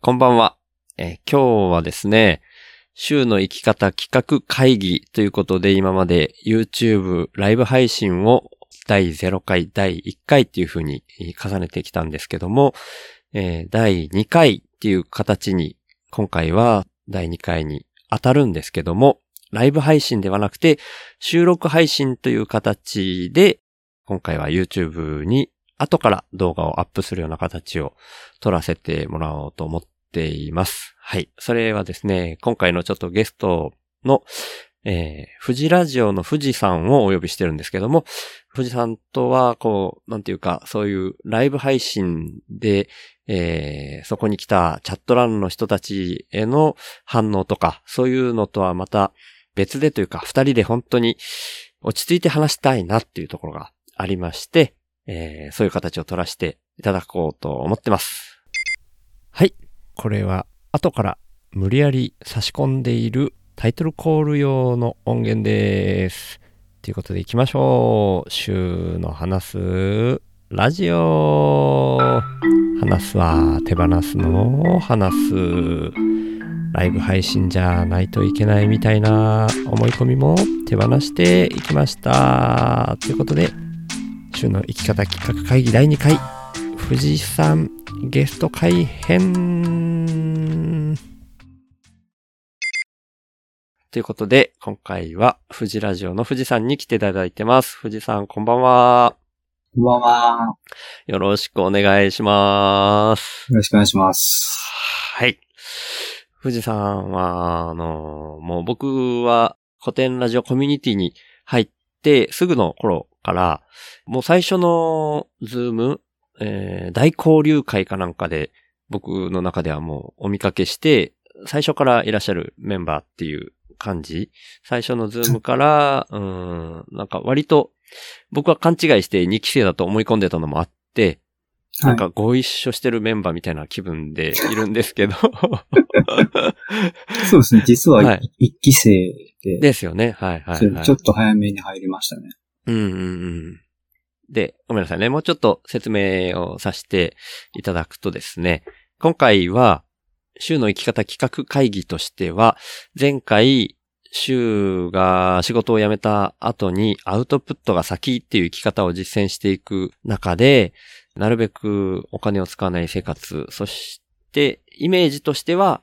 こんばんは。えー今日はですね、週の生き方企画会議ということで今まで YouTube ライブ配信を第0回、第1回っていう風にえー重ねてきたんですけども、えー第2回っていう形に、今回は第2回に当たるんですけども、ライブ配信ではなくて収録配信という形で、今回は YouTube に後から動画をアップするような形を撮らせてもらおうと思っています。はい。それはですね、今回のちょっとゲストの、えー、富士ラジオの富士さんをお呼びしてるんですけども、富士さんとは、こう、なんていうか、そういうライブ配信で、えー、そこに来たチャット欄の人たちへの反応とか、そういうのとはまた別でというか、二人で本当に落ち着いて話したいなっていうところがありまして、えーそういう形を取らせていただこうと思ってます。はい。これは後から無理やり差し込んでいるタイトルコール用の音源です。ということで行きましょう。週の話すラジオ。話すは手放すのを話す。ライブ配信じゃないといけないみたいな思い込みも手放していきました。ということで、週の生き方企画会議第2回富士山ゲスト改編ということで、今回は富士ラジオの富士山に来ていただいてます。富士山こんばんは。こんばんは。よろしくお願いします。よろしくお願いします。はい。富士山は、あの、もう僕は古典ラジオコミュニティに入ってすぐの頃から、もう最初のズーム、えー大交流会かなんかで僕の中ではもうお見かけして、最初からいらっしゃるメンバーっていう感じ。最初のズームから、うーん、なんか割と僕は勘違いして2期生だと思い込んでたのもあって、はいなんかご一緒してるメンバーみたいな気分でいるんです けど。そうですね。実ははいい一期生で、ですよね。はいはそい、れはい。ちょっと早めに入りましたね。うんうんうん。で、ごめんなさいね。もうちょっと説明をさせていただくとですね、今回は、週の生き方企画会議としては、前回、週が仕事を辞めた後にアウトプットが先っていう生き方を実践していく中で、なるべくお金を使わない生活、そして、イメージとしては、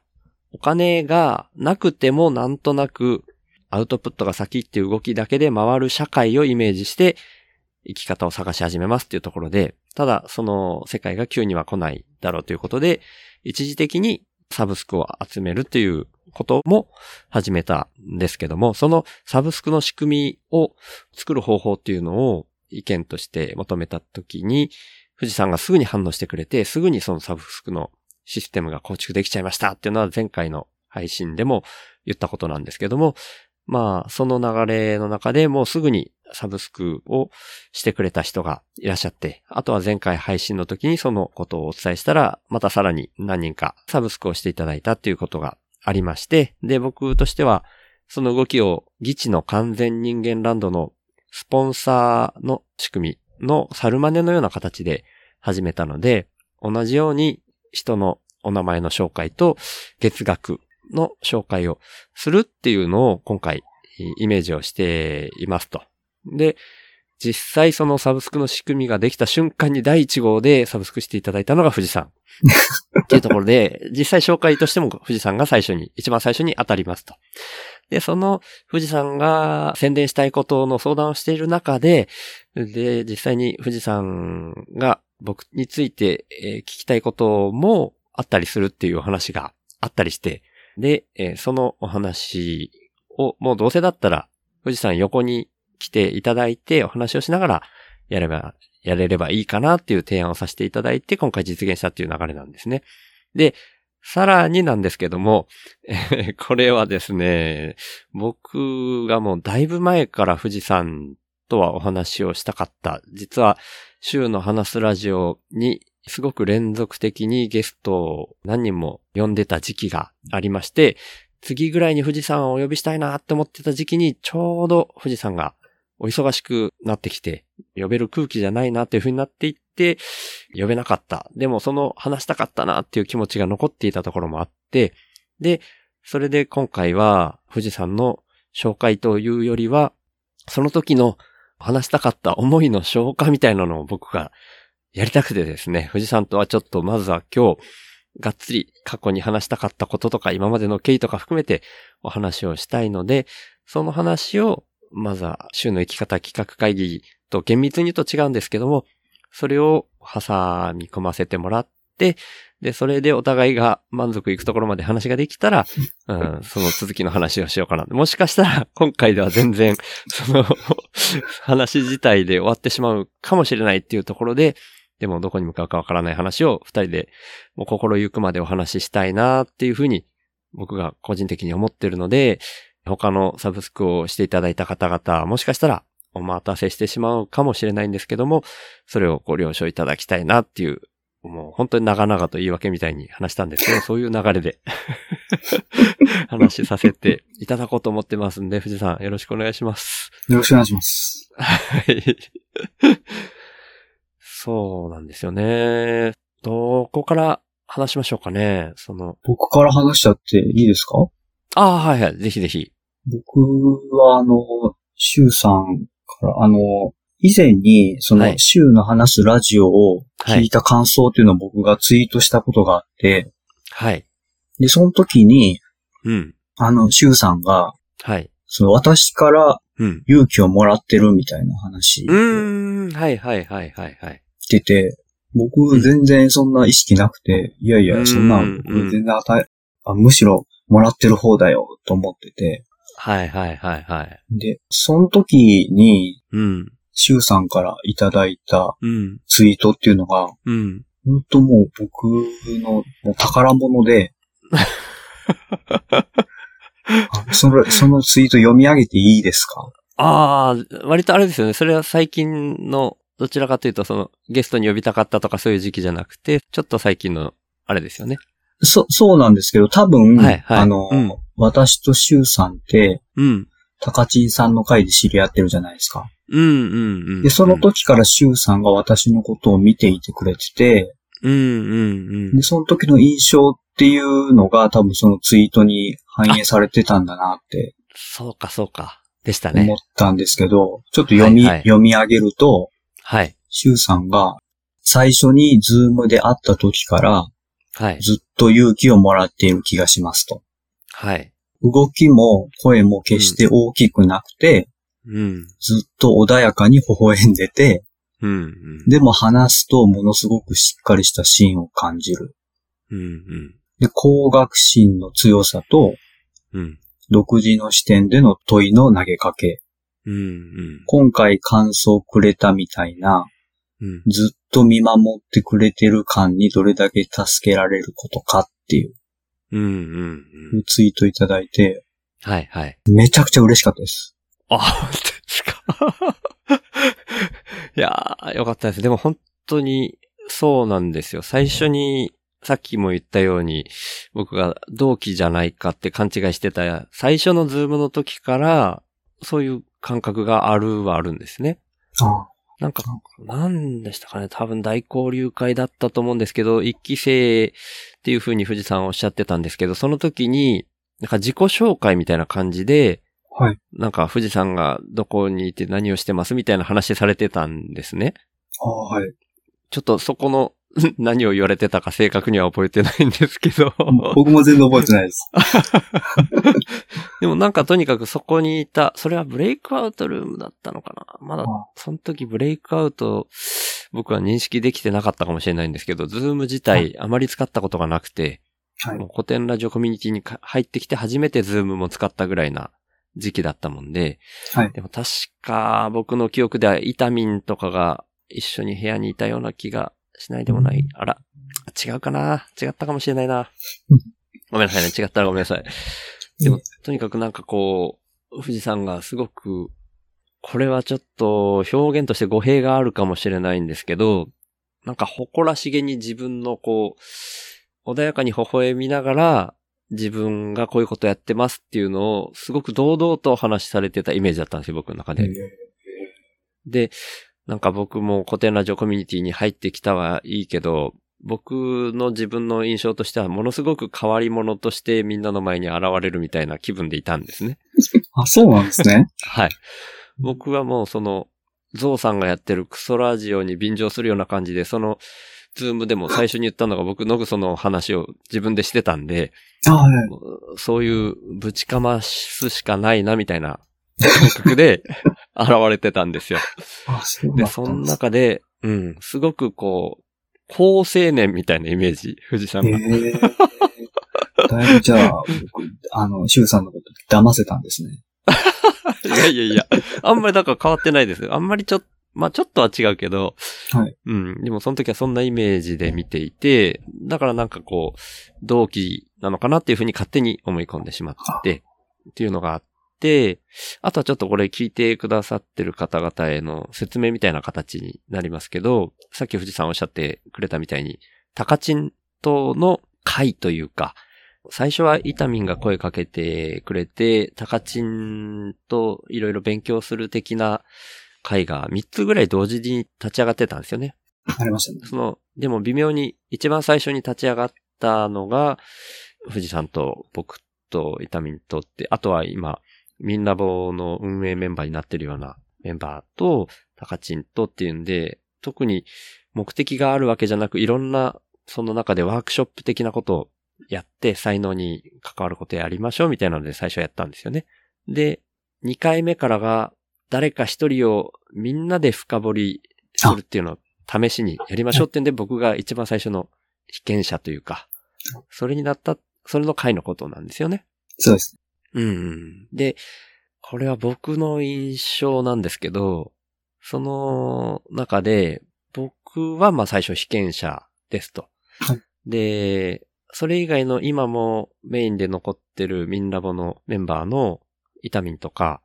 お金がなくてもなんとなくアウトプットが先っていう動きだけで回る社会をイメージして生き方を探し始めますっていうところで、ただその世界が急には来ないだろうということで、一時的にサブスクを集めるということも始めたんですけども、そのサブスクの仕組みを作る方法っていうのを意見として求めたときに、富士山がすぐに反応してくれて、すぐにそのサブスクのシステムが構築できちゃいましたっていうのは前回の配信でも言ったことなんですけども、まあ、その流れの中でもうすぐにサブスクをしてくれた人がいらっしゃって、あとは前回配信の時にそのことをお伝えしたら、またさらに何人かサブスクをしていただいたっていうことがありまして、で、僕としては、その動きを、議地の完全人間ランドのスポンサーの仕組みのサルマネのような形で始めたので、同じように人のお名前の紹介と月額の紹介をするっていうのを今回えーイメージをしていますと。で、実際そのサブスクの仕組みができた瞬間に第1号でサブスクしていただいたのが富士山。っていうところで、実際紹介としても富士山が最初に、一番最初に当たりますと。で、その富士山が宣伝したいことの相談をしている中で、で、実際に富士山が僕についてえー聞きたいこともあったりするっていうお話があったりして、で、えーそのお話を、もうどうせだったら、富士山横に来ていただいて、お話をしながら、やれば、やれればいいかなっていう提案をさせていただいて、今回実現したっていう流れなんですね。で、さらになんですけども、 えーこれはですね、僕がもうだいぶ前から富士山とはお話をしたかった。実は、週の話すラジオにすごく連続的にゲストを何人も呼んでた時期がありまして、次ぐらいに富士山をお呼びしたいなって思ってた時期に、ちょうど富士山がお忙しくなってきて、呼べる空気じゃないなっていう風になっていっって、呼べなかった。でもその話したかったなっていう気持ちが残っていたところもあって、で、それで今回は富士山の紹介というよりは、その時の話したかった思いの消化みたいなのを僕がやりたくてですね、富士山とはちょっとまずは今日、がっつり過去に話したかったこととか今までの経緯とか含めてお話をしたいので、その話をまずは週の生き方企画会議と厳密に言うと違うんですけども、それを挟み込ませてもらって、で、それでお互いが満足いくところまで話ができたら、うん、その続きの話をしようかな。もしかしたら今回では全然、その 話自体で終わってしまうかもしれないっていうところで、でもどこに向かうかわからない話を二人でもう心ゆくまでお話ししたいなっていうふうに僕が個人的に思ってるので、他のサブスクをしていただいた方々、もしかしたらお待たせしてしまうかもしれないんですけども、それをご了承いただきたいなっていう、もう本当に長々と言い訳みたいに話したんですけど、そういう流れで話しさせていただこうと思ってますんで、藤さんよろしくお願いします。よろしくお願いします。はい。そうなんですよね。どこから話しましょうかね。その、僕から話しちゃっていいですかああ、はいはい、ぜひぜひ。僕は、あの、シュウさんから、あの、以前に、そはの、いシュウの話すラジオを聞いた感想っていうのを僕がツイートしたことがあって、はい。で、その時に、うん。あの、シュウさんが、はい。その、私からうん。勇気をもらってるみたいな話うーん、はいはいはいはいはい。してて、う僕ん全然そんな意識なくて、いやいうんや、そんなのうん僕全然与え、あむしろもらってる方だよと思ってて、はいはいはいはい。で、その時に、うん。シュウさんからいただいたうん。ツイートっていうのが、うん。本当もう僕のもう宝物で、 あその、そのツイート読み上げていいですかああ、割とあれですよね。それは最近の、どちらかというと、その、ゲストに呼びたかったとかそういう時期じゃなくて、ちょっと最近の、あれですよね。そ、そうなんですけど、多分、はいはいあの、うん私とシュウさんって、うん。タカチンさんの会で知り合ってるじゃないですか。うんうんうん。で、その、時からシュウさんが私のことを見ていてくれてて、うんうんうんで、。その時の印象っていうのが多分そのツイートに反映されてたんだなってそうかそうか。でした思ねっ。たんですけど、ちょっと読み、はいはい読み上げると、はい。シュウさんが最初にズームで会った時からはい。ずっと勇気をもらっている気がしますと。はい。動きも声も決して大きくなくて、うん。ずっと穏やかに微笑んでて、うんうん。でも話すとものすごくしっかりした芯を感じる。うんうん。で、工学心の強さと、うん。独自の視点での問いの投げかけ。うんうん。今回感想くれたみたいな、うん。ずっと見守ってくれてる感にどれだけ助けられることかっていううんうんうん。ツイートいただいて、はいはい。めちゃくちゃ嬉しかったです。あ、本当ですか。いやー、よかったです。でも本当に、そうなんですよ。最初に、さっきも言ったように、僕が同期じゃないかって勘違いしてた、最初のズームの時から、そういう感覚があるはあるんですね。あなんか、なんでしたかね。多分大交流会だったと思うんですけど、一期生っていう風に富士山おっしゃってたんですけど、その時に、なんか自己紹介みたいな感じで、はい。なんか富士山がどこにいて何をしてますみたいな話されてたんですね。あはい。ちょっとそこの 何を言われてたか正確には覚えてないんですけど。僕も全然覚えてないです。でもなんかとにかくそこにいた、それはブレイクアウトルームだったのかなまだあ、その時ブレイクアウト、僕は認識できてなかったかもしれないんですけど、ズーム自体あまり使ったことがなくて、はいもう古典ラジオコミュニティにか入ってきて初めてズームも使ったぐらいな時期だったもんで、はいでも確か僕の記憶ではイタミンとかが一緒に部屋にいたような気がしないでもない。あら、違うかな違ったかもしれないなうん。ごめんなさいね。違ったらごめんなさい。でいも、とにかくなんかこう、富士山がすごく、これはちょっと表現として語弊があるかもしれないんですけど、なんか誇らしげに自分のこう、穏やかに微笑みながら、自分がこういうことやってますっていうのを、すごく堂々とお話しされてたイメージだったんですよ、僕の中で。で、なんか僕も古典ラジオコミュニティに入ってきたはいいけど、僕の自分の印象としてはものすごく変わり者としてみんなの前に現れるみたいな気分でいたんですね。あ、そうなんですね。はい。僕はもうその、ゾウさんがやってるクソラジオに便乗するような感じで、その、ズームでも最初に言ったのが僕、ノグソの話を自分でしてたんで、 あはい。そういうぶちかますしかないなみたいな感覚で 現れてたんですよ。あ、そうなんで、だその中で、うん、すごくこう、高青年みたいなイメージ、藤さんが。ええだいぶじゃあ、僕、あの、シュウさんのこと騙せたんですね。 いやいやいや、あんまりなんか変わってないですよ。あんまりちょっと、まあちょっとは違うけど、はい。うん。でもその時はそんなイメージで見ていて、だからなんかこう、同期なのかなっていうふうに勝手に思い込んでしまって、っていうのがあって、あとはちょっとこれ聞いてくださってる方々への説明みたいな形になりますけど、さっき藤さんおっしゃってくれたみたいに、タカチンとの会というか、最初はイタミンが声かけてくれて、タカチンといろいろ勉強する的な会が3つぐらい同時に立ち上がってたんですよね。ありましたね。その、でも微妙に一番最初に立ち上がったのが、富士山と僕とイタミンとって、あとは今、ミンラボの運営メンバーになってるようなメンバーと、タカチンとっていうんで、特に目的があるわけじゃなく、いろんな、その中でワークショップ的なことをやって、才能に関わることやりましょうみたいなので最初やったんですよね。で、2回目からが、誰か一人をみんなで深掘りするっていうのを試しにやりましょうってんで、僕が一番最初の被験者というか、それになった、それの回のことなんですよね。そうですね。うんうん。で、これは僕の印象なんですけど、その中で、僕はまあ最初被験者ですとはい。で、それ以外の今もメインで残ってるミンラボのメンバーのイタミンとか、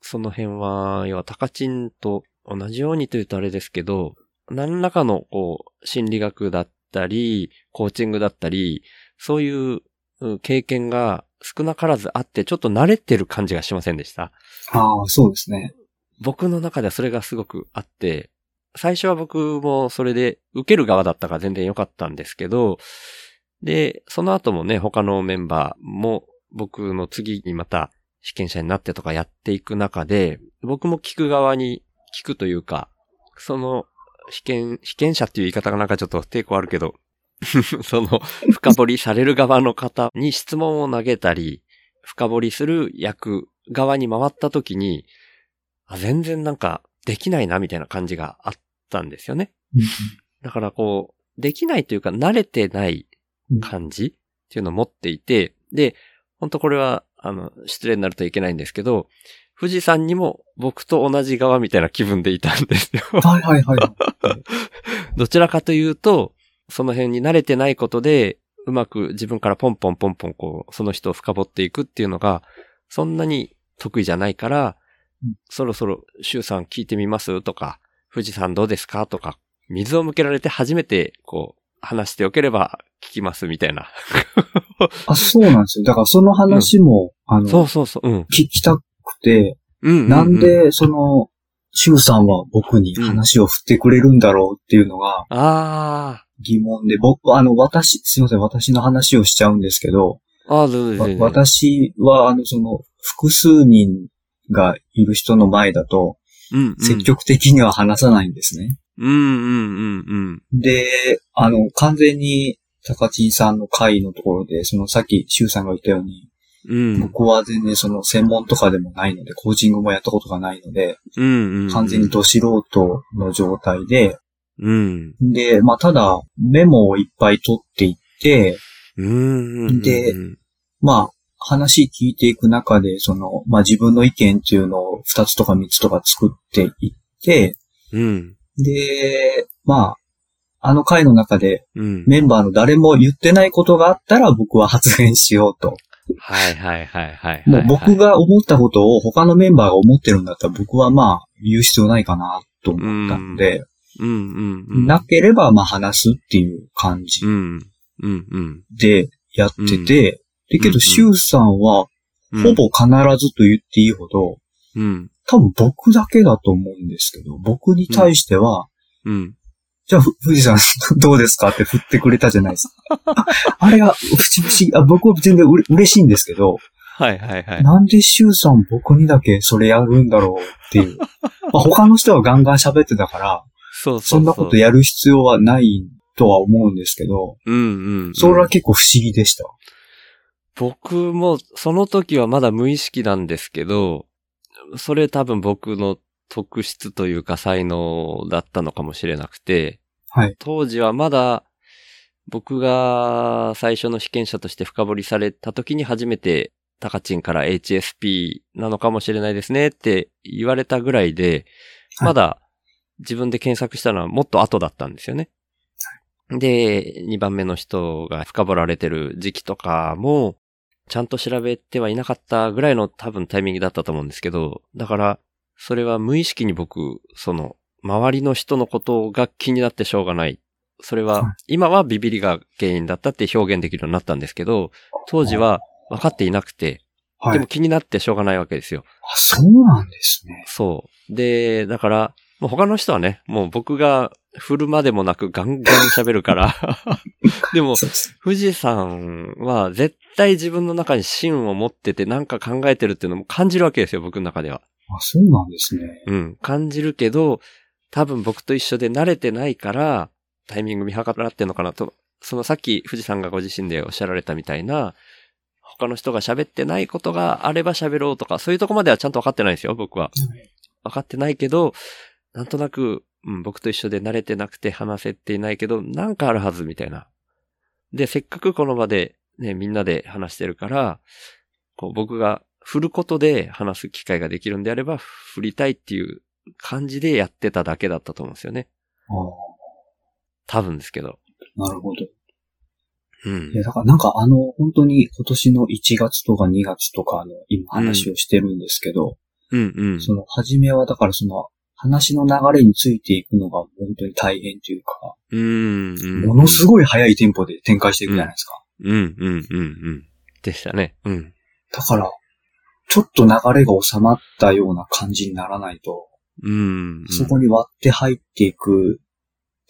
その辺は、要はタカチンと同じようにというとあれですけど、何らかのこう、心理学だったり、コーチングだったり、そういううん経験が少なからずあって、ちょっと慣れてる感じがしませんでした。ああ、そうですね。僕の中ではそれがすごくあって、最初は僕もそれで受ける側だったから全然良かったんですけど、で、その後もね、他のメンバーも僕の次にまた被験者になってとかやっていく中で、僕も聞く側に聞くというか、その被験、被験者っていう言い方がなんかちょっと抵抗あるけど、 その深掘りされる側の方に質問を投げたり、深掘りする役側に回った時に、あ全然なんかできないなみたいな感じがあったんですよね。だからこう、できないというか慣れてない感じっていうのを持っていて、で、本当これは、あの、失礼になるといけないんですけど、富士山にも僕と同じ側みたいな気分でいたんですよ。はいはいはい。どちらかというと、その辺に慣れてないことで、うまく自分からポンポンポンポンこう、その人を深掘っていくっていうのが、そんなに得意じゃないからうん、そろそろ、シュウさん聞いてみますとか、富士山どうですかとか、水を向けられて初めて、こう、話してよければ聞きますみたいな。あ、そうなんですよ。だからその話も、あの、そ聞うそうそう、うん。きたくて、うんうん、うん。なんで、その、シュウさんは僕に話を振ってくれるんだろうっていうのがあ疑問で、僕、あの、私、すいません、私の話をしちゃうんですけど、あ、ああ、そうですわね。私は、あの、その、複数人がいる人の前だと、うんうん、積極的には話さないんですね。うんうんうんうん。で、あの、完全に、高知さんの会のところで、そのさっき、周さんが言ったように、うん。僕は全然その専門とかでもないので、コーチングもやったことがないので、うん、うん。完全にど素人の状態で、うん。で、まあ、ただ、メモをいっぱい取っていって、うんうんうん。でまあ、話聞いていく中で、その、まあ自分の意見っていうのを二つとか三つとか作っていって、うん。で、まあ、あの回の中でうん。メンバーの誰も言ってないことがあったら僕は発言しようと。はいはいはいはい。もう僕、が思ったことを他のメンバーが思ってるんだったら僕はまあ言う必要ないかなと思ったので、うんうんうん。な、ければまあ話すっていう感じうん。うんうん。でやってて、でうんけうどんシュウさんはうんほぼ必ずと言っていいほど、うん。多分僕だけだと思うんですけど、僕に対しては、うん。じゃあ、ふ富士山 どうですかって振ってくれたじゃないですか。ああれが、不思議、あ僕は全然うれ嬉しいんですけど、はいはいはい。なんで周さん僕にだけそれやるんだろうって いう。まあ、他の人はガンガン喋ってたから、そうそうそんなことやる必要はないとは思うんですけど、うんうん、うん。それは結構不思議でした。僕も、その時はまだ無意識なんですけど、それ多分僕の特質というか才能だったのかもしれなくて、はい当時はまだ、僕が最初の試験者として深掘りされた時に初めて、タカチンから HSP なのかもしれないですねって言われたぐらいで、はいまだ自分で検索したのはもっと後だったんですよね。で、2番目の人が深掘られてる時期とかも、ちゃんと調べてはいなかったぐらいの多分タイミングだったと思うんですけど、だから、それは無意識に僕、その、周りの人のことが気になってしょうがない。それはは、今はビビりが原因だったって表現できるようになったんですけど、当時は分かっていなくて、はでい。あも、気になってしょうがないわけですよ。そうなんですね。そう。で、だから、もう他の人はね、もう僕が振るまでもなくガンガン喋るから。でも、そうです。富士山は絶対自分の中に芯を持っててなんか考えてるっていうのも感じるわけですよ、僕の中では。あ、そうなんですね。うん、感じるけど、多分僕と一緒で慣れてないから、タイミング見計らってんのかなと。そのさっき富士山がご自身でおっしゃられたみたいな、他の人が喋ってないことがあれば喋ろうとか、そういうとこまではちゃんと分かってないですよ、僕は。分かってないけど、なんとなく、うん、僕と一緒で慣れてなくて話せていないけど、なんかあるはずみたいな。で、せっかくこの場でね、みんなで話してるから、こう僕が振ることで話す機会ができるんであれば、振りたいっていう感じでやってただけだったと思うんですよね。ああ、多分ですけど。なるほど。うんい。や、だからなんかあの、本当に今年の1月とか2月とかの今話をしてるんですけど、うんうん。その、初めはだからその、話の流れについていくのが本当に大変というか、うんうん。ものすごい速いテンポで展開していくじゃないですか。うんうんうんうん。でしたね。うん。だから、ちょっと流れが収まったような感じにならないと、うん、うん。そこに割って入っていくっ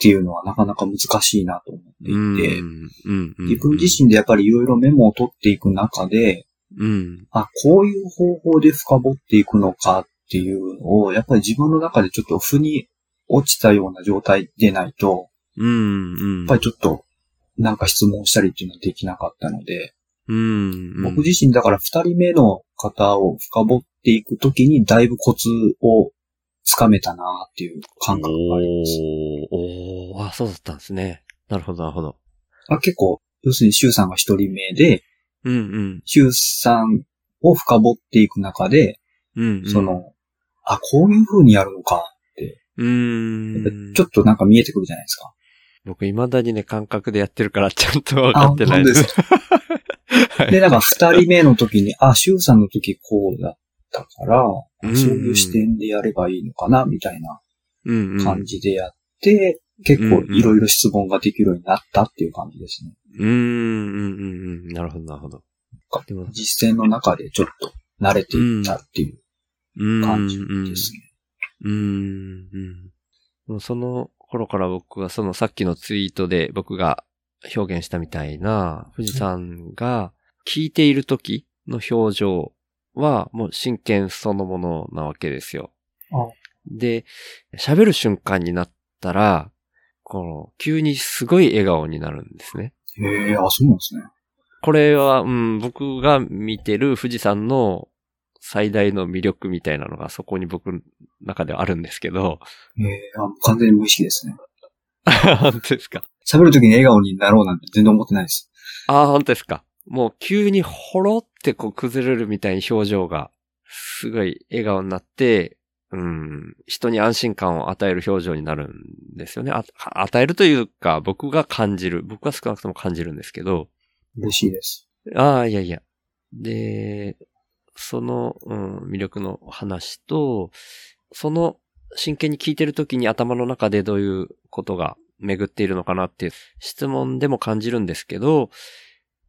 ていうのはなかなか難しいなと思ってうんいて、うんうん。自分自身でやっぱりいろいろメモを取っていく中で、うん。あ、こういう方法で深掘っていくのかっていうのを、やっぱり自分の中でちょっと腑に落ちたような状態でないと、うんうん。やっぱりちょっとなんか質問したりっていうのはできなかったので、うんうん。僕自身だから二人目の方を深掘っていくときにだいぶコツをつかめたなっていう感覚があります。おーおーあ、そうだったんですね。なるほど、なるほど。あ結構、要するに周さんが一人目で、うんうん。周さんを深掘っていく中で、うん、うん。そ、の、あ、こういう風にやるのか、うやっぱーん。ちょっとなんか見えてくるじゃないですか。僕、未だにね、感覚でやってるから、ちゃんと分あかってないです。 はいで、だから二人目の時に、あ、周さんの時こうだったから、あうんうんそういう視点でやればいいのかな、みたいなうん、うん。感じでやって、結構いろいろ質問ができるようになったっていう感じですね。うーん、うん、うんうん。なるほど、なるほど。でも、実践の中でちょっと慣れていったっていううん。感じですね。うーんうんでもその頃から僕はそのさっきのツイートで僕が表現したみたいな、富士山が聞いている時の表情はもう真剣そのものなわけですよあ。で、喋る瞬間になったら、この、急にすごい笑顔になるんですね。へえ、あ、そうなんですね。これは、うん、僕が見てる富士山の最大の魅力みたいなのがそこに僕の中ではあるんですけど、へえ、あ完全に無意識ですね。本当ですか。喋る時に笑顔になろうなんて全然思ってないです。ああ、本当ですか。もう急にほろってこう崩れるみたいに表情が、すごい笑顔になって、うん、人に安心感を与える表情になるんですよね。あ与えるというか、僕が感じる。僕は少なくとも感じるんですけど、嬉しいです。ああ、いやいや。で、その、うん、魅力の話と、その真剣に聞いてる時に頭の中でどういうことが巡っているのかなっていう質問でも感じるんですけど、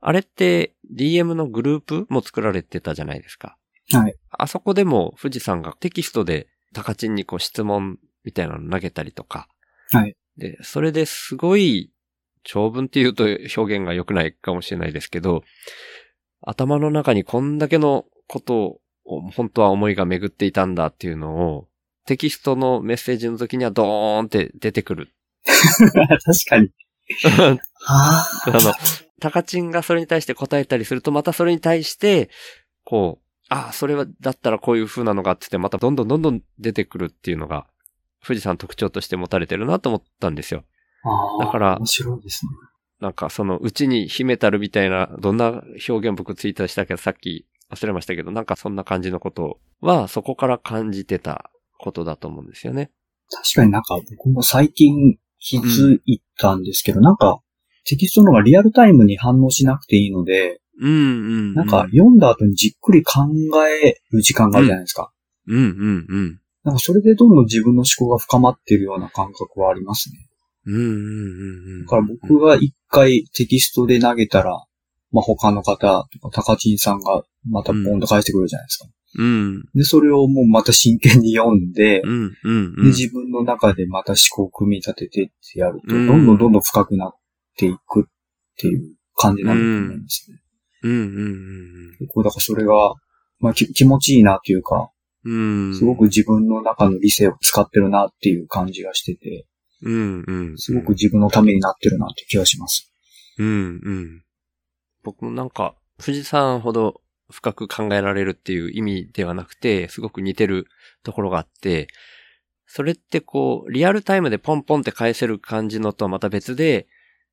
あれって DM のグループも作られてたじゃないですか。はい。あそこでも富士山がテキストで高知にこう質問みたいなの投げたりとか。はい。で、それですごい長文って言うと表現が良くないかもしれないですけど、頭の中にこんだけのことを本当は思いが巡っていたんだっていうのをテキストのメッセージの時にはドーンって出てくる。 確かに。ああの、タカチンがそれに対して答えたりすると、またそれに対して、こう、ああ、それは、だったらこういう風なのがってって、またどんどんどんどん出てくるっていうのが、富士山特徴として持たれてるなと思ったんですよ。あ。だから面白いですね。なんかその、うちに秘めたるみたいな、どんな表現僕ツイートしたけど、さっき忘れましたけど、なんかそんな感じのことは、そこから感じてたことだと思うんですよね。確かになんか僕も最近気づいたんですけど、なんかテキストの方がリアルタイムに反応しなくていいので、うんうん、なんか、読んだ後にじっくり考える時間があるじゃないですか。うんうんうん。なんかそれでどんどん自分の思考が深まっているような感覚はありますね。うんうんうんうん。だから僕が一回テキストで投げたら、まあ他の方とか、高知さんがまたポンと返してくれるじゃないですか。うん、で、それをもうまた真剣に読んで、うんうんうで、ん。自分の中でまた思考を組み立ててってやると、うんどんどんどんどん深くなっていくっていう感じなんだと思いますうね。んうん結構だからそれが、まあき気持ちいいなっていうか、うんうん。すごく、自分の中の理性を使ってるなっていう感じがしてて、うんうん。すごく、自分のためになってるなって気がします。うんうん。僕もなんか、富士山ほど深く考えられるっていう意味ではなくて、すごく似てるところがあって、それってこう、リアルタイムでポンポンって返せる感じのとはまた別で、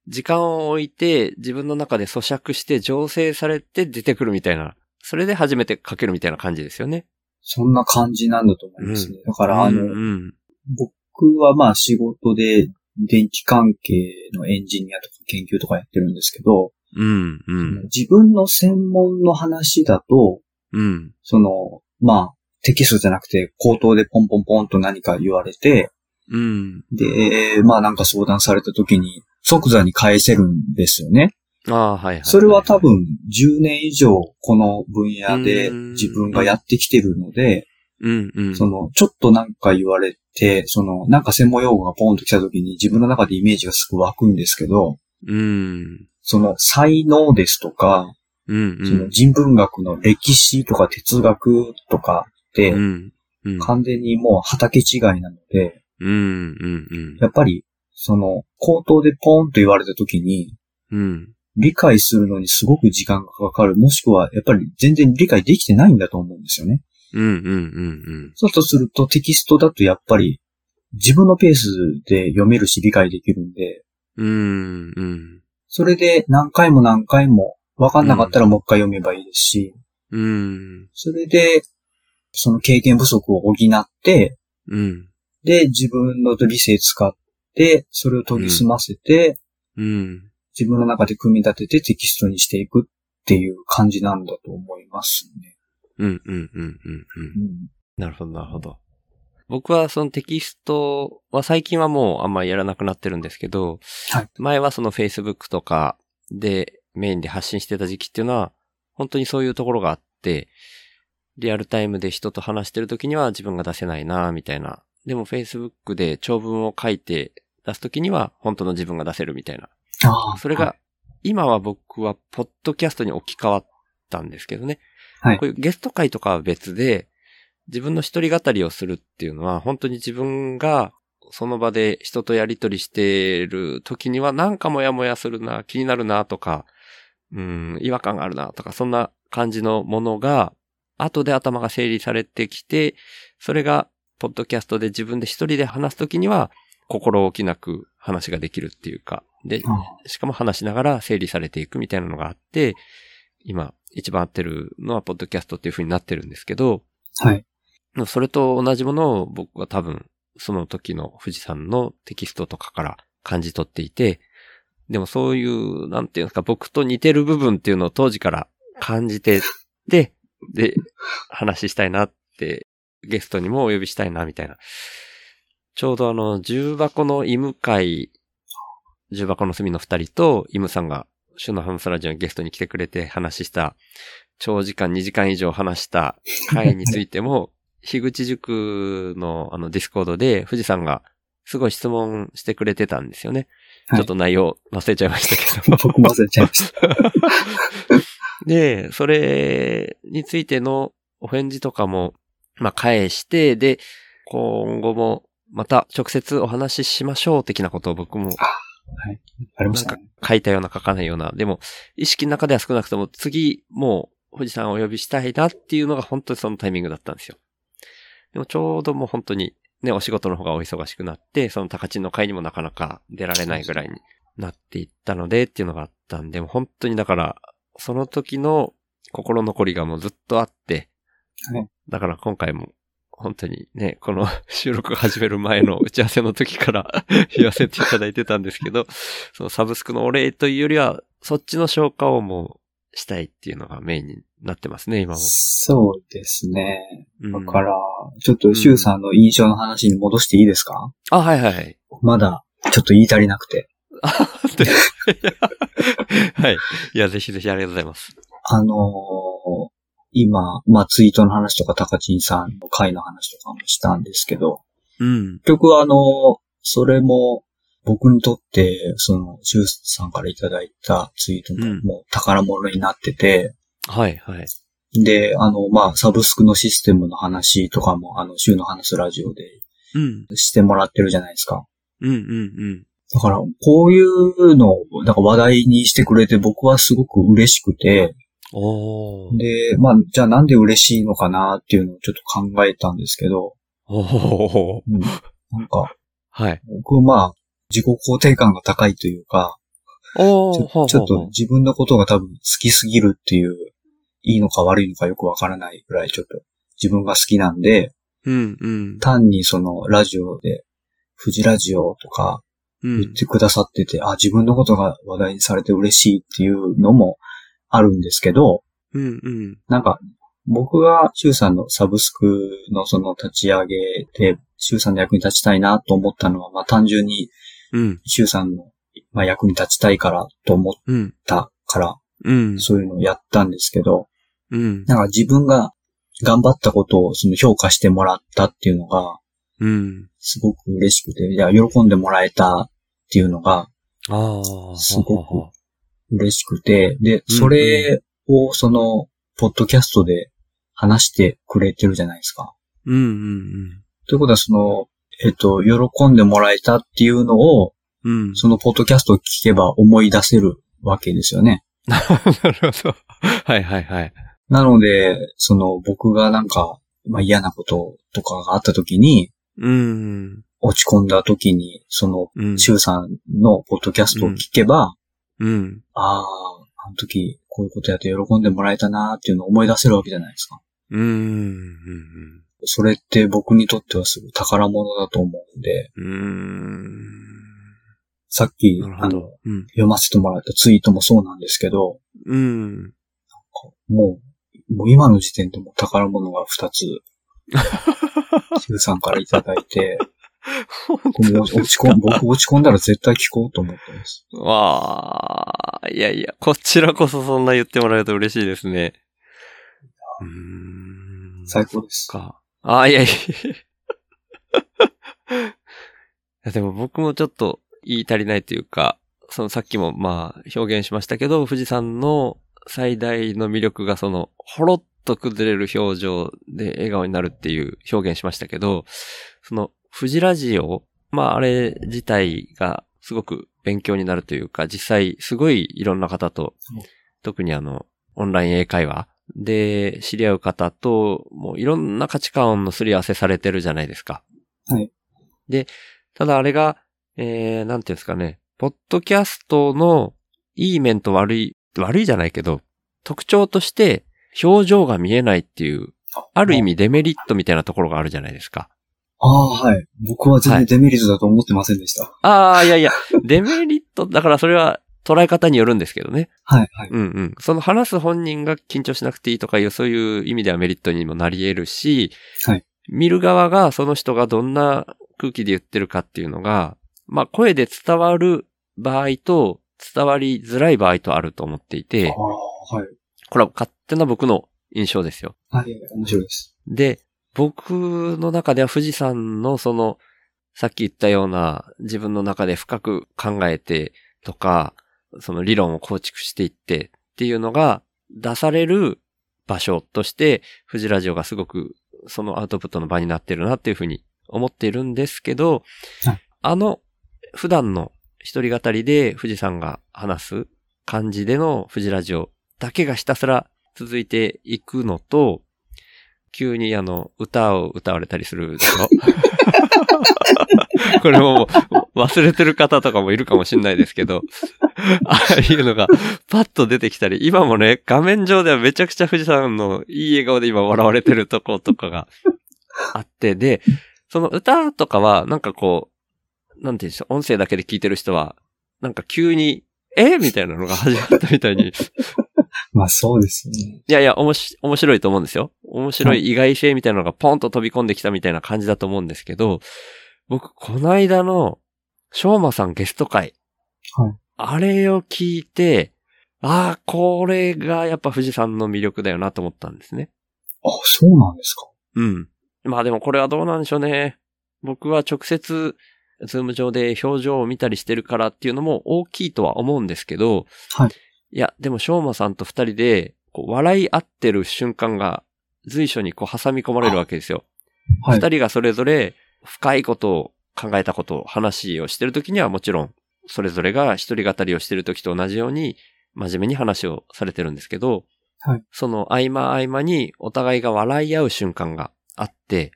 時間を置いて自分の中で咀嚼して醸成されて出てくるみたいな、それで初めて書けるみたいな感じですよね。そんな感じなんだと思いますね。だから、あの、うんうん。僕はまあ仕事で電気関係のエンジニアとか研究とかやってるんですけど、うんうん。自分の専門の話だと、うん。その、まあ、テキストじゃなくて、口頭でポンポンポンと何か言われて、うん。で、まあなんか相談された時に即座に返せるんですよね。ああ、はいはいいい。それは多分10年以上この分野でうん自分がやってきてるので、うんうん。その、ちょっとなんか言われて、その、なんか専門用語がポンと来た時に自分の中でイメージがすぐ湧くんですけど、うん。その才能ですとか、うんうん。その人文学の歴史とか哲学とかってう、ん。うん。完全にもう畑違いなので、うんうんうん。やっぱり、その、口頭でポーンと言われた時に、うん。理解するのにすごく時間がかかる、もしくは、やっぱり全然理解できてないんだと思うんですよね。うんうんうんそうとすると、テキストだとやっぱり、自分のペースで読めるし理解できるんで、うん。うんうん。それで何回も何回も分かんなかったらもう一回読めばいいですし、うん。それで、その経験不足を補って、うん。で、自分の理性使って、それを研ぎ澄ませて、うん。自分の中で組み立ててテキストにしていくっていう感じなんだと思いますね。うんうんうんうんうんう。ん。なるほど、なるほど。僕はそのテキストは最近はもうあんまりやらなくなってるんですけど、はい前はその Facebook とかでメインで発信してた時期っていうのは、本当にそういうところがあって、リアルタイムで人と話してる時には自分が出せないなみたいな。でも Facebook で長文を書いて出す時には本当の自分が出せるみたいな。ああ。それはが、今は僕は、ポッドキャストに置き換わったんですけどね。はいこういうゲスト会とかは別で、自分の一人語りをするっていうのは、本当に自分が、その場で人とやりとりしてる時には、なんかモヤモヤするな、気になるなとか、うん、違和感があるなとか、そんな感じのものが、後で頭が整理されてきて、それが、ポッドキャストで自分で一人で話すときには、心置きなく話ができるっていうか、で、い。あしかも話しながら整理されていくみたいなのがあって、今一番合ってるのはポッドキャストっていう風になってるんですけど、あはい。それと同じものを僕は多分その時の富士山のテキストとかから感じ取っていて、でもそういう、なんていうんですか、僕と似てる部分っていうのを当時から感じて、で、で、話したいなって、ゲストにもお呼びしたいな、みたいな。ちょうどあの、重箱のイム会、重箱の隅の二人と、イムさんが、シュノハムスラジオにゲストに来てくれて話した長時間2時間以上話した回について も、樋口塾のあのディスコードで富士山がすごい質問してくれてたんですよね。はちいょっと内容忘れちゃいましたけど。僕も忘れちゃいました。で、それについてのお返事とかも、まあ返して、で、今後もまた直接お話ししましょう的なことを僕もありましたね。書いたような書かないような、でも意識の中では少なくとも次もう富士山をお呼びしたいなっていうのが本当にそのタイミングだったんですよ。でもちょうどもう本当にね、お仕事の方がお忙しくなって、その高知の会にもなかなか出られないぐらいになっていったのでっていうのがあったんで、もう本当にだから、その時の心残りがもうずっとあって、はいだから今回も本当にね、この 収録始める前の打ち合わせの時から 言わせていただいてたんですけど、 そのサブスクのお礼というよりは、そっちの消化をもうしたいっていうのがメインになってますね、今も。そうですね。うだんから、ちょっとシュウさんの印象の話に戻していいですか、あ、はいはいはい。まだ、ちょっと言い足りなくて。 はい。いや、ぜひぜひありがとうございます。あのー今、まあツイートの話とか、高知さんの会の話とかもしたんですけど、うん。結局あの、それも、僕にとって、その、シュウさんからいただいたツイートうんも、もう宝物になってて、はいはい。で、あの、まあ、サブスクのシステムの話とかも、あの、週の話すラジオでうん。してもらってるじゃないですか。うんうんだから、こういうのを、なんか話題にしてくれて、僕はすごく嬉しくうて、ん。おー。で、まあ、じゃあなんで嬉しいのかなっていうのをちょっと考えたんですけど、おー。うん、なんか、はい。僕、まあ、自己肯定感が高いというか、おちー。ょちょっとは自分のことが多分好きすぎるっていう、いいのか悪いのかよくわからないぐらいちょっと自分が好きなんで、うんうん。単にそのラジオで、富士ラジオとか、う言っん。てくださってて、あ、自分のことが話題にされて嬉しいっていうのもあるんですけど、うんうん。なんか、僕がシュウさんのサブスクのその立ち上げで、シュウさんの役に立ちたいなと思ったのは、まあ単純にうん。シュウさんの、まあ、役に立ちたいからと思っうん。たから、うん。そういうのをやったんですけど、うん。なんか自分が頑張ったことをその評価してもらったっていうのが、うん。すごく嬉しくて、いや、喜んでもらえたっていうのが、あー。すごくははは嬉しくて、うで、んそれをその、ポッドキャストで話してくれてるじゃないですか。うんうんということは、その、えっと、喜んでもらえたっていうのを、うん。うん。そのポッドキャストを聞けば思い出せるわけですよね。 なるほど。はいはいはい。なので、その、僕がなんか、まあ嫌なこととかがあった時に、うん。落ち込んだ時に、その、うん。シュウさんのポッドキャストを聞けば、うん。ああ、あの時、こういうことやって喜んでもらえたなーっていうのを思い出せるわけじゃないですか。うん。うん。それって僕にとってはすごい宝物だと思うんで、うん。うん。さっき、なるあほの、ど。うん。読ませてもらったツイートもそうなんですけど、うん。もう、もう今の時点でもう宝物が2つ、 シュウさんからいただいて、僕も落ち込ん、僕落ち込んだら絶対聞こうと思ってます。わあ、いやいや、こちらこそそんな言ってもらえると嬉しいですね。うーん。最高です。か。あ、いやいやいや。いやでも僕もちょっと言い足りないというか、そのさっきもまあ表現しましたけど、富士山の最大の魅力がその、ほろっと崩れる表情で笑顔になるっていう表現しましたけど、その、富士ラジオ、まああれ自体がすごく勉強になるというか、実際すごいいろんな方とそう、特にあの、オンライン英会話で知り合う方と、もういろんな価値観のすり合わせされてるじゃないですか。はい。で、ただあれが、えー、なんていうんですかね、ポッドキャストのいい面と悪い、悪いじゃないけど、特徴として表情が見えないっていう、ある意味デメリットみたいなところがあるじゃないですか。ああ、はい。僕は全然デメリットだと思ってませんでした。ああ、いやい や、デメリット、だからそれは捉え方によるんですけどね。はい、はい。うんうん。その話す本人が緊張しなくていいとかいう、そういう意味ではメリットにもなり得るし、はい見る側がその人がどんな空気で言ってるかっていうのが、まあ声で伝わる場合と伝わりづらい場合とあると思っていて、ああ、はい。これは勝手な僕の印象ですよ。あ、いやいや、面白いです。で、僕の中では富士山のその、さっき言ったような自分の中で深く考えてとか、その理論を構築していってっていうのが出される場所として、富士ラジオがすごくそのアウトプットの場になってるなっていうふうに思っているんですけどはい、あの普段の一人語りで富士山が話す感じでの富士ラジオだけがひたすら続いていくのと、急にあの、歌を歌われたりするでしょ これももう忘れてる方とかもいるかもしれないですけど、 ああいうのがパッと出てきたり、今もね、画面上ではめちゃくちゃ富士山のいい笑顔で今笑われてるとことかがあって、で、その歌とかはなんかこう、なんていうんでしょう、音声だけで聞いてる人は、なんか急に、えみたいなのが始まったみたいにまあそうですね。いやいや、おもし、面白いと思うんですよ。面白い意外性みたいなのがポンと飛び込んできたみたいな感じだと思うんですけど、僕、この間の、昌磨さんゲスト会。はいあれを聞いて、ああ、これがやっぱ富士山の魅力だよなと思ったんですね。あ、そうなんですか。うん。まあでもこれはどうなんでしょうね。僕は直接、ズーム上で表情を見たりしてるからっていうのも大きいとは思うんですけど、はい。いや、でも、しょうまさんと二人で、こう、笑い合ってる瞬間が、随所にこう、挟み込まれるわけですよ。はい。二人がそれぞれ、深いことを考えたことを、話をしてるときにはもちろん、それぞれが一人語りをしてるときと同じように、真面目に話をされてるんですけど、はいその合間合間に、お互いが笑い合う瞬間があって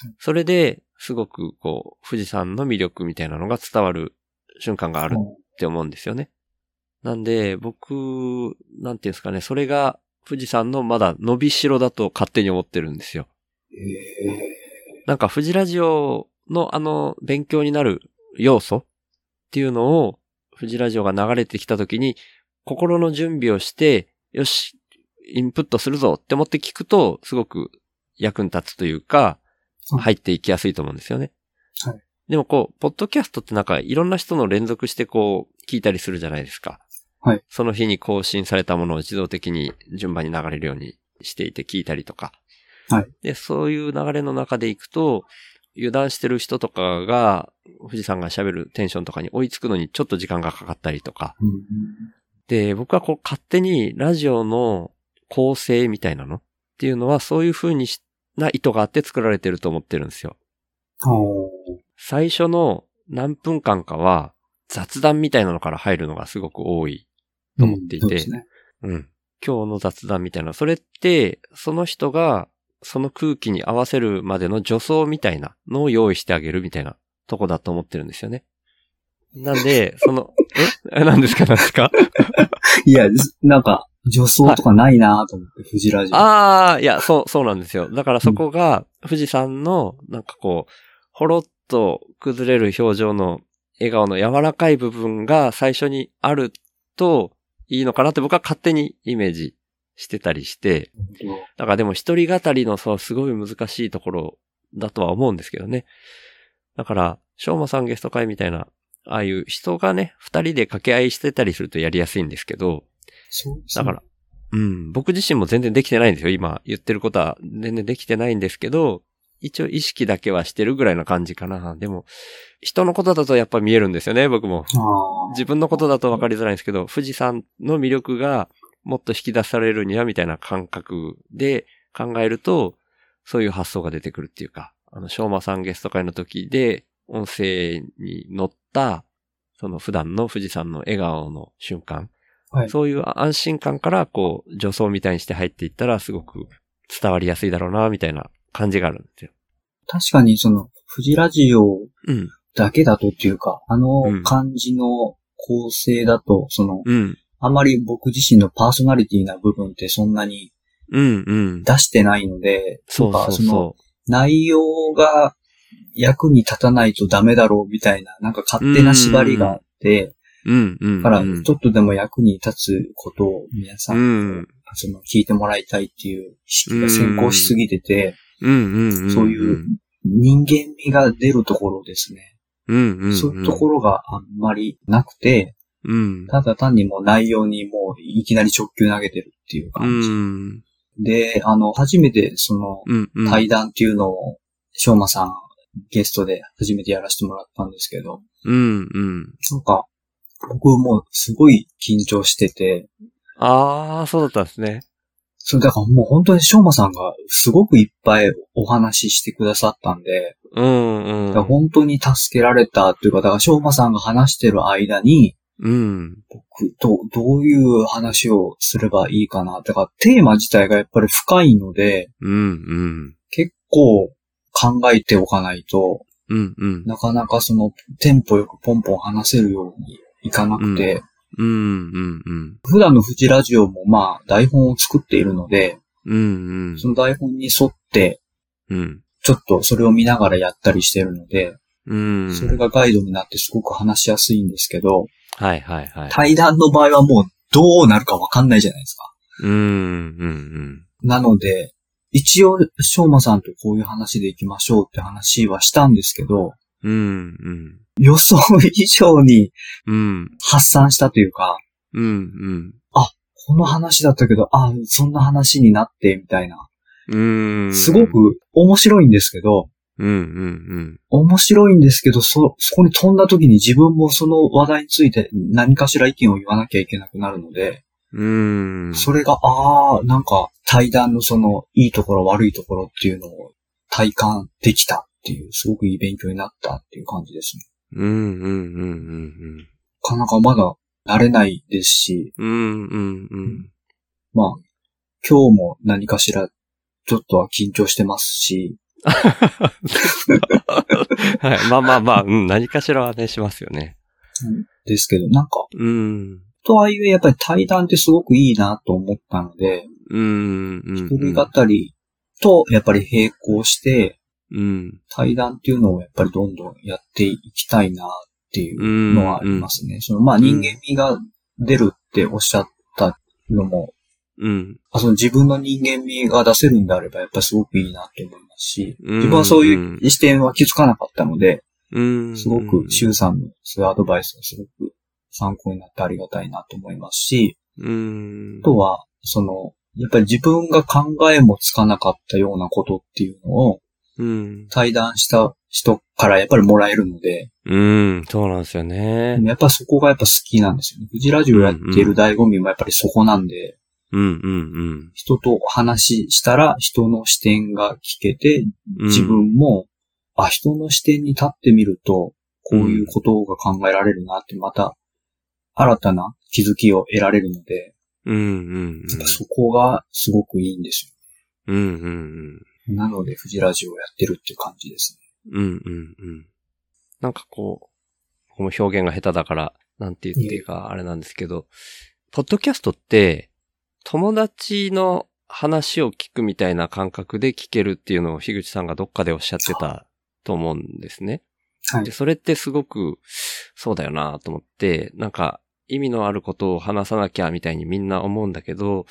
はい、それで、すごく、こう、富士山の魅力みたいなのが伝わる瞬間があるって思うんですよね。なんで、僕、なんていうんですかね、それが富士山のまだ伸びしろだと勝手に思ってるんですよ。ええなんか富士ラジオのあの勉強になる要素っていうのを富士ラジオが流れてきた時に心の準備をして、よし、インプットするぞって思って聞くと、すごく役に立つというか、うん入っていきやすいと思うんですよね。はいでもこう、ポッドキャストってなんかいろんな人の連続してこう、聞いたりするじゃないですか。はいその日に更新されたものを自動的に順番に流れるようにしていて聞いたりとか。はいで、そういう流れの中でいくと、油断してる人とかが、富士山が喋るテンションとかに追いつくのにちょっと時間がかかったりとか。うんうんで、僕はこう勝手にラジオの構成みたいなのっていうのはそういう風にしな意図があって作られてると思ってるんですよ。あー最初の何分間かは雑談みたいなのから入るのがすごく多いと思っていうんそうてで、すね。うん。今日の雑談みたいな。それって、その人が、その空気に合わせるまでの助走みたいなのを用意してあげるみたいなとこだと思ってるんですよね。なんで、その、ええ 何ですか何ですかいや、ずなんか、女装とかないなと思って、藤ラジオ。ああ、いや、そう、そうなんですよ。だからそこが、富士山の、なんかこう、ほろっと崩れる表情の笑顔の柔らかい部分が最初にあるといいのかなって僕は勝手にイメージしてたりして、だからでも一人語りのそうすごい難しいところだとは思うんですけどね。だから、しょうまさんゲスト会みたいな、ああいう人がね、二人で掛け合いしてたりするとやりやすいんですけど、そうですだねから、うん、僕自身も全然できてないんですよ。今言ってることは全然できてないんですけど、一応意識だけはしてるぐらいな感じかな。でも、人のことだとやっぱ見えるんですよね、僕も。ああ。自分のことだと分かりづらいんですけど、富士山の魅力がもっと引き出されるにはみたいな感覚で考えると、そういう発想が出てくるっていうか、あの、昌磨さんゲスト会の時で、音声に乗った、その普段の富士山の笑顔の瞬間、はいそういう安心感から、こう、助走みたいにして入っていったら、すごく伝わりやすいだろうな、みたいな感じがあるんですよ。確かに、その、藤ラジオうん。だけだとっていうか、あうんの感じの構成だと、その、うん。あまり僕自身のパーソナリティな部分ってそんなにうん、うん。出してないので、そうなんそうかそのそ内容が役に立たないとダメだろうみたいな、なんか勝手な縛りがあって、う。うん、うん。だからうんちょっとでも役に立つことを皆さん、うんその聞いてもらいたいっていう意識が先行しすぎてて、うんうんうん。そういう人間味が出るところですね。うんうんうん。そういうところがあんまりなくて、うん。ただ単にもう内容にもういきなり直球投げてるっていうう感じ。ん。で、あの、初めてそのうん。うん。対談っていうのを、しょうまさんゲストで初めてやらせてもらったんですけど、うん。うん。なんか、僕もうすごい緊張してて、ああ、そうだったんですね。それだからもう本当にしょうまさんがすごくいっぱいお話ししてくださったんで、うん。うだからん。本当に助けられたというか、だから、しょうまさんが話してる間に、うん。僕どどういう話をすればいいかな。だから、テーマ自体がやっぱり深いので、うん。うん。結構考えておかないと、うん。うん。なかなかその、テンポよくポンポン話せるようにいかなくて、うん。うん。うん。普段のフジラジオもまあ、台本を作っているので、うん。うんその台本に沿って、うん。ちょっとそれを見ながらやったりしてるので、うん。それがガイドになってすごく話しやすいんですけど、はいはいはい。対談の場合はもうどうなるかわかんないじゃないですか。うん。うん。なので、一応、しょうまさんとこういう話で行きましょうって話はしたんですけど、うん。うん。うん。予想以上にうん。発散したというか、うん。この話だったけど、あそんな話になって、みたいな。うん。すごく面白いんですけど、うん。うん。面白いんですけど、そ、そこに飛んだ時に自分もその話題について何かしら意見を言わなきゃいけなくなるので、うん。うん。それが、ああ、なんか対談のその、いいところ悪いところっていうのを体感できたっていう、すごくいい勉強になったっていう感じですね。うん。うん。うん。なかなかまだ慣れないですし、うん。うん。うん。まあ、今日も何かしら、ちょっとは緊張してますし、はい。まあまあまあ、うん。何かしらはね、しますよね。ですけど、なんか、うん。とはいえやっぱり対談ってすごくいいなと思ったので、うん。うん。一人語りとやっぱり並行して、うん。対談っていうのをやっぱりどんどんやっていきたいなっていううん。のはありま。すね。その、まあ人間味が出るっておっしゃったのも、うん。あその自分の人間味が出せるんであれば、やっぱりすごくいいなと思いますし、うん自分はそういう視点は気づかなかったので、うん。すごく、シュウさんのそういうアドバイスがすごく参考になってありがたいなと思いますし、うん。あとは、その、やっぱり自分が考えもつかなかったようなことっていうのをうん。対談した人からやっぱりもらえるので、うん。そうなんですよね。やっぱそこがやっぱ好きなんですよね。フジラジオやってる醍醐味もやっぱりそこなんで、うん。うん。人とお話ししたら人の視点が聞けて、うん。自分も、あ、人の視点に立ってみると、こういうことが考えられるなって、また、新たな気づきを得られるので、うん。うん。やっぱそこがすごくいいんですうん。うん。うん。よ。なので、フジラジオをやってるっていう感じですうんうんうん。なんかこう、この表現が下手だから、なんて言っていいかあれなんですけど、ポッドキャストって、友達の話を聞くみたいな感覚で聞けるっていうのを樋口さんがどっかでおっしゃってたと思うんですね。はいで、それってすごく、そうだよなと思って、なんか、意味のあることを話さなきゃみたいにみんな思うんだけど、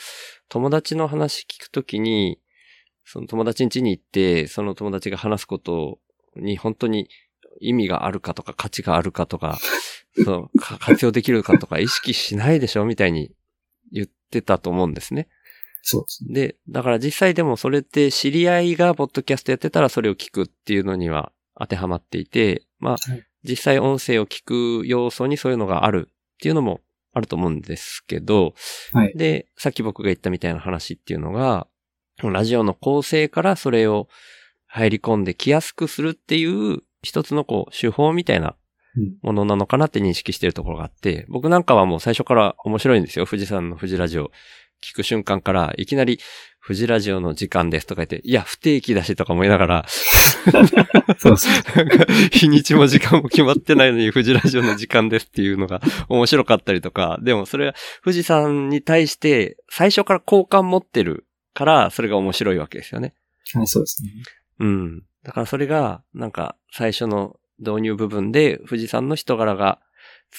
友達の話聞くときに、その友達ん家に行って、その友達が話すことに本当に意味があるかとか価値があるかと か、そう、か活用できるかとか意識しないでしょみたいに言ってたと思うんですね。そうですね。で、だから実際でもそれって知り合いがポッドキャストやってたらそれを聞くっていうのには当てはまっていて、まあはい、実際音声を聞く要素にそういうのがあるっていうのもあると思うんですけど、はいで、さっき僕が言ったみたいな話っていうのが、ラジオの構成からそれを入り込んできやすくするっていう一つのこう手法みたいなうんものなのかなって認識してるところがあって、僕なんかはもう最初から面白いんですよ。富士山の富士ラジオ聞く瞬間から、いきなり富士ラジオの時間ですとか言って、いや、不定期だしとか思いながら、そうですなね。んか、日にちも時間も決まってないのに、富士ラジオの時間ですっていうのが面白かったりとか、でもそれは富士山に対して最初から好感持ってるから、それが面白いわけですよね。はい、そうですね。うん。だからそれが、なんか、最初の導入部分で富士山の人柄が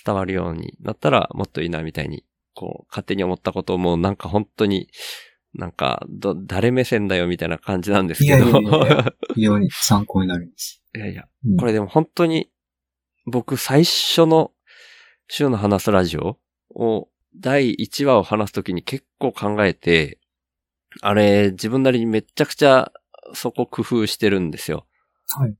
伝わるようになったらもっといいなみたいに、こう、勝手に思ったことをもうなんか本当に、なんか、ど、誰目線だよみたいな感じなんですけど。いやいやいやいや非常に参考になります。いやいやうんこれでも本当に、僕最初の週の話すラジオを、第1話を話すときに結構考えて、あれ、自分なりにめちゃくちゃそこ工夫してるんですよ。はい。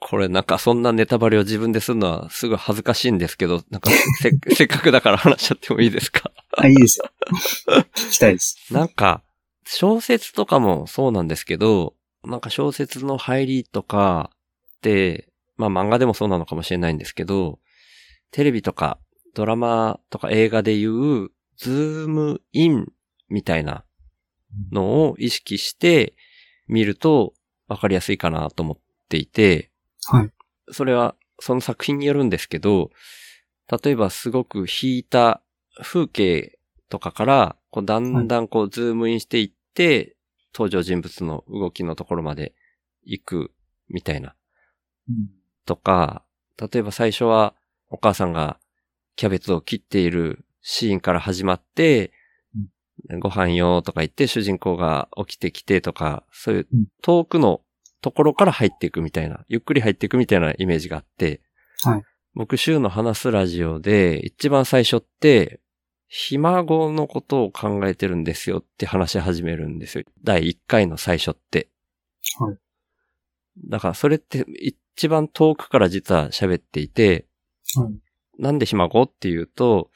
これなんかそんなネタバレを自分でするのはすぐ恥ずかしいんですけど、なんかせ せっかくだから話しちゃってもいいですかあ、いいですよ。 聞きたいです。なんか、小説とかもそうなんですけど、なんか小説の入りとかって、まあ漫画でもそうなのかもしれないんですけど、テレビとかドラマとか映画でいう、ズームインみたいなのを意識して見るとわかりやすいかなと思っていて、はい。それはその作品によるんですけど、例えばすごく引いた風景とかから、こうだんだんこうズームインしていって、登場人物の動きのところまで行くみたいなうんとか、例えば最初はお母さんがキャベツを切っているシーンから始まって、ご飯よとか言って主人公が起きてきてとか、そういううん遠くのところから入っていくみたいな、ゆっくり入っていくみたいなイメージがあって、はい僕週の話すラジオで一番最初って、ひ孫のことを考えてるんですよって話し始めるんですよ。第1回の最初って。はい。だからそれって一番遠くから実は喋っていて、はいなんでひ孫っていうと、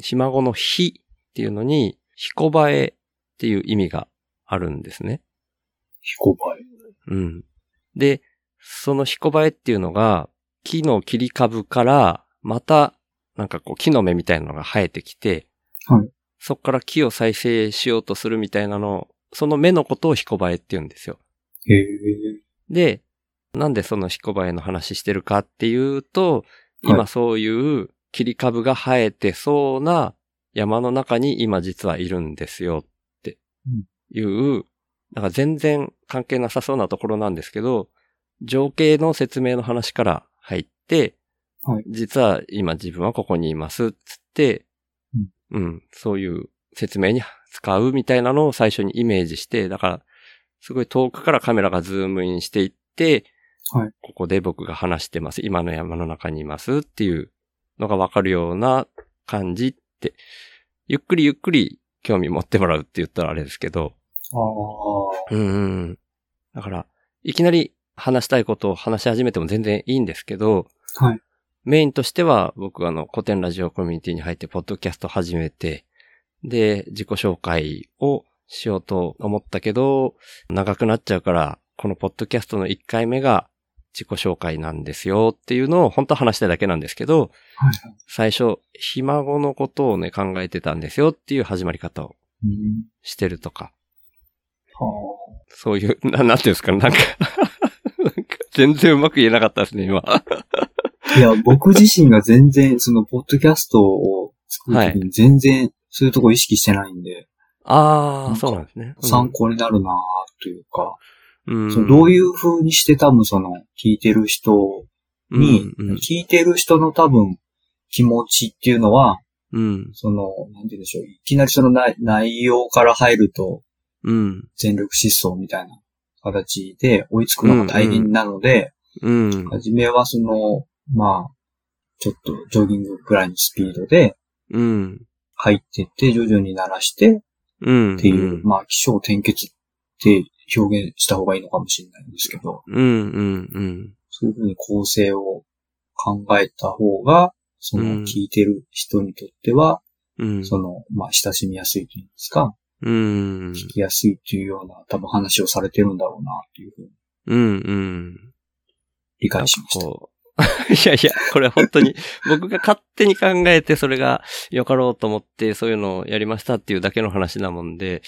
ひ孫のひっていうのに、ひこばえっていう意味があるんですね。ひこばえ。うん。で、そのひこばえっていうのが、木の切り株から、また、なんかこう木の芽みたいなのが生えてきて、はいそこから木を再生しようとするみたいなのを、その芽のことをひこばえって言うんですよ。へえ。で、なんでそのひこばえの話してるかっていうと、はい今そういう切り株が生えてそうな山の中に今実はいるんですよっていう、なんか全然関係なさそうなところなんですけど、情景の説明の話から入って、はい実は今自分はここにいますっつって、うん、そういう説明に使うみたいなのを最初にイメージして、だから、すごい遠くからカメラがズームインしていって、はいここで僕が話してます。今の山の中にいますっていうのがわかるような感じって、ゆっくりゆっくり興味持ってもらうって言ったらあれですけど、ああ。うんうん。だから、いきなり話したいことを話し始めても全然いいんですけど、はいメインとしては、僕はあの、古典ラジオコミュニティに入って、ポッドキャスト始めて、で、自己紹介をしようと思ったけど、長くなっちゃうから、このポッドキャストの1回目が自己紹介なんですよっていうのを、本当は話したいだけなんですけど、はい。最初、ひ孫のことをね、考えてたんですよっていう始まり方をうん。してるとか、ああ。そういう、 な、なんていうんですかね、なんか、なんか全然うまく言えなかったですね、今。いや、僕自身が全然、その、ポッドキャストを作るときに全然、そういうとこ意識してないんで、あなあ、んかそうなんですね。参考になるなあというか、うん、そのどういいう風にして多分その、聞いてる人うに、ん、うん聞いてる人の多分、気持ちっていうのは、うん、その、なんて言うんでしょう、いきなりその内内容から入ると、うん、全力疾走みたいな形で追いつくのが大変なので、うん、はじめはその、まあ、ちょっとジョギングくらいのスピードでうん、入ってって、徐々に鳴らしてうん。っていう、まあ、気象転結って表現した方がいいのかもしれないんですけど、うん、うん、うん。そういうふうに構成を考えた方が、そのうん聞いてる人にとっては、うん。その、まあ、親しみやすいというんですか、うん。聞きやすいというような多分話をされてるんだろうな、というふうにうん、うん。理なん解しかました。こ う。いやいや、これは本当に、 僕が勝手に考えて、それが良かろうと思って、そういうのをやりましたっていうだけの話なもんで、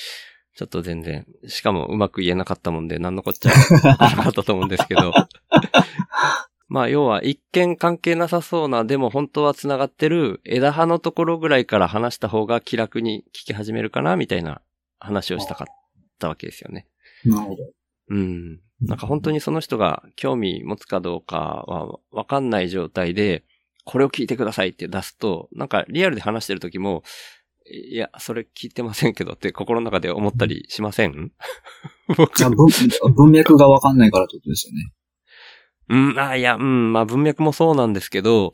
ちょっと全然、しかもうまく言えなかったもんで、何のこっちゃなかったと思うんです けど。まあ、要は、一見関係なさそうな、でも本当は繋がってる枝葉のところぐらいから話した方が気楽に聞き始めるかな、みたいな話をしたかったわけですよね。なるほど。うん。なんか本当にその人が興味持つかどうかはわかんない状態で、これを聞いてくださいって出すと、なんかリアルで話してる時も、いや、それ聞いてませんけどって心の中で思ったりしません 僕じゃあ文文脈がわかんないからってことですよね。うん、あ、いや、うん、まあ文脈もそうなんですけど、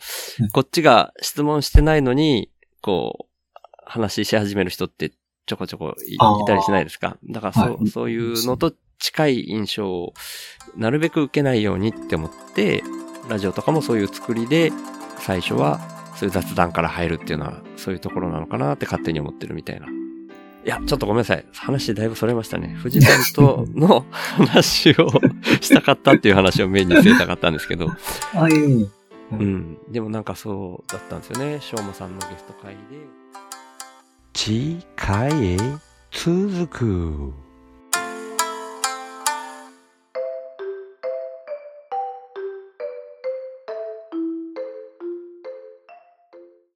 こっちが質問してないのに、こう、話し始める人ってちょこちょこいいあーたりしないですかだからそう、はいそういうのと近い印象をなるべく受けないようにって思って、ラジオとかもそういう作りで、最初はそういう雑談から入るっていうのは、そういうところなのかなって勝手に思ってるみたいな。いや、ちょっとごめんなさい。話だいぶそれましたね。藤さんとの話をしたかったっていう話をメインに据えたかったんです けど。あ、いえいえ。うん。でもなんかそうだったんですよね。しょうまさんのゲスト会で。次回へ続く。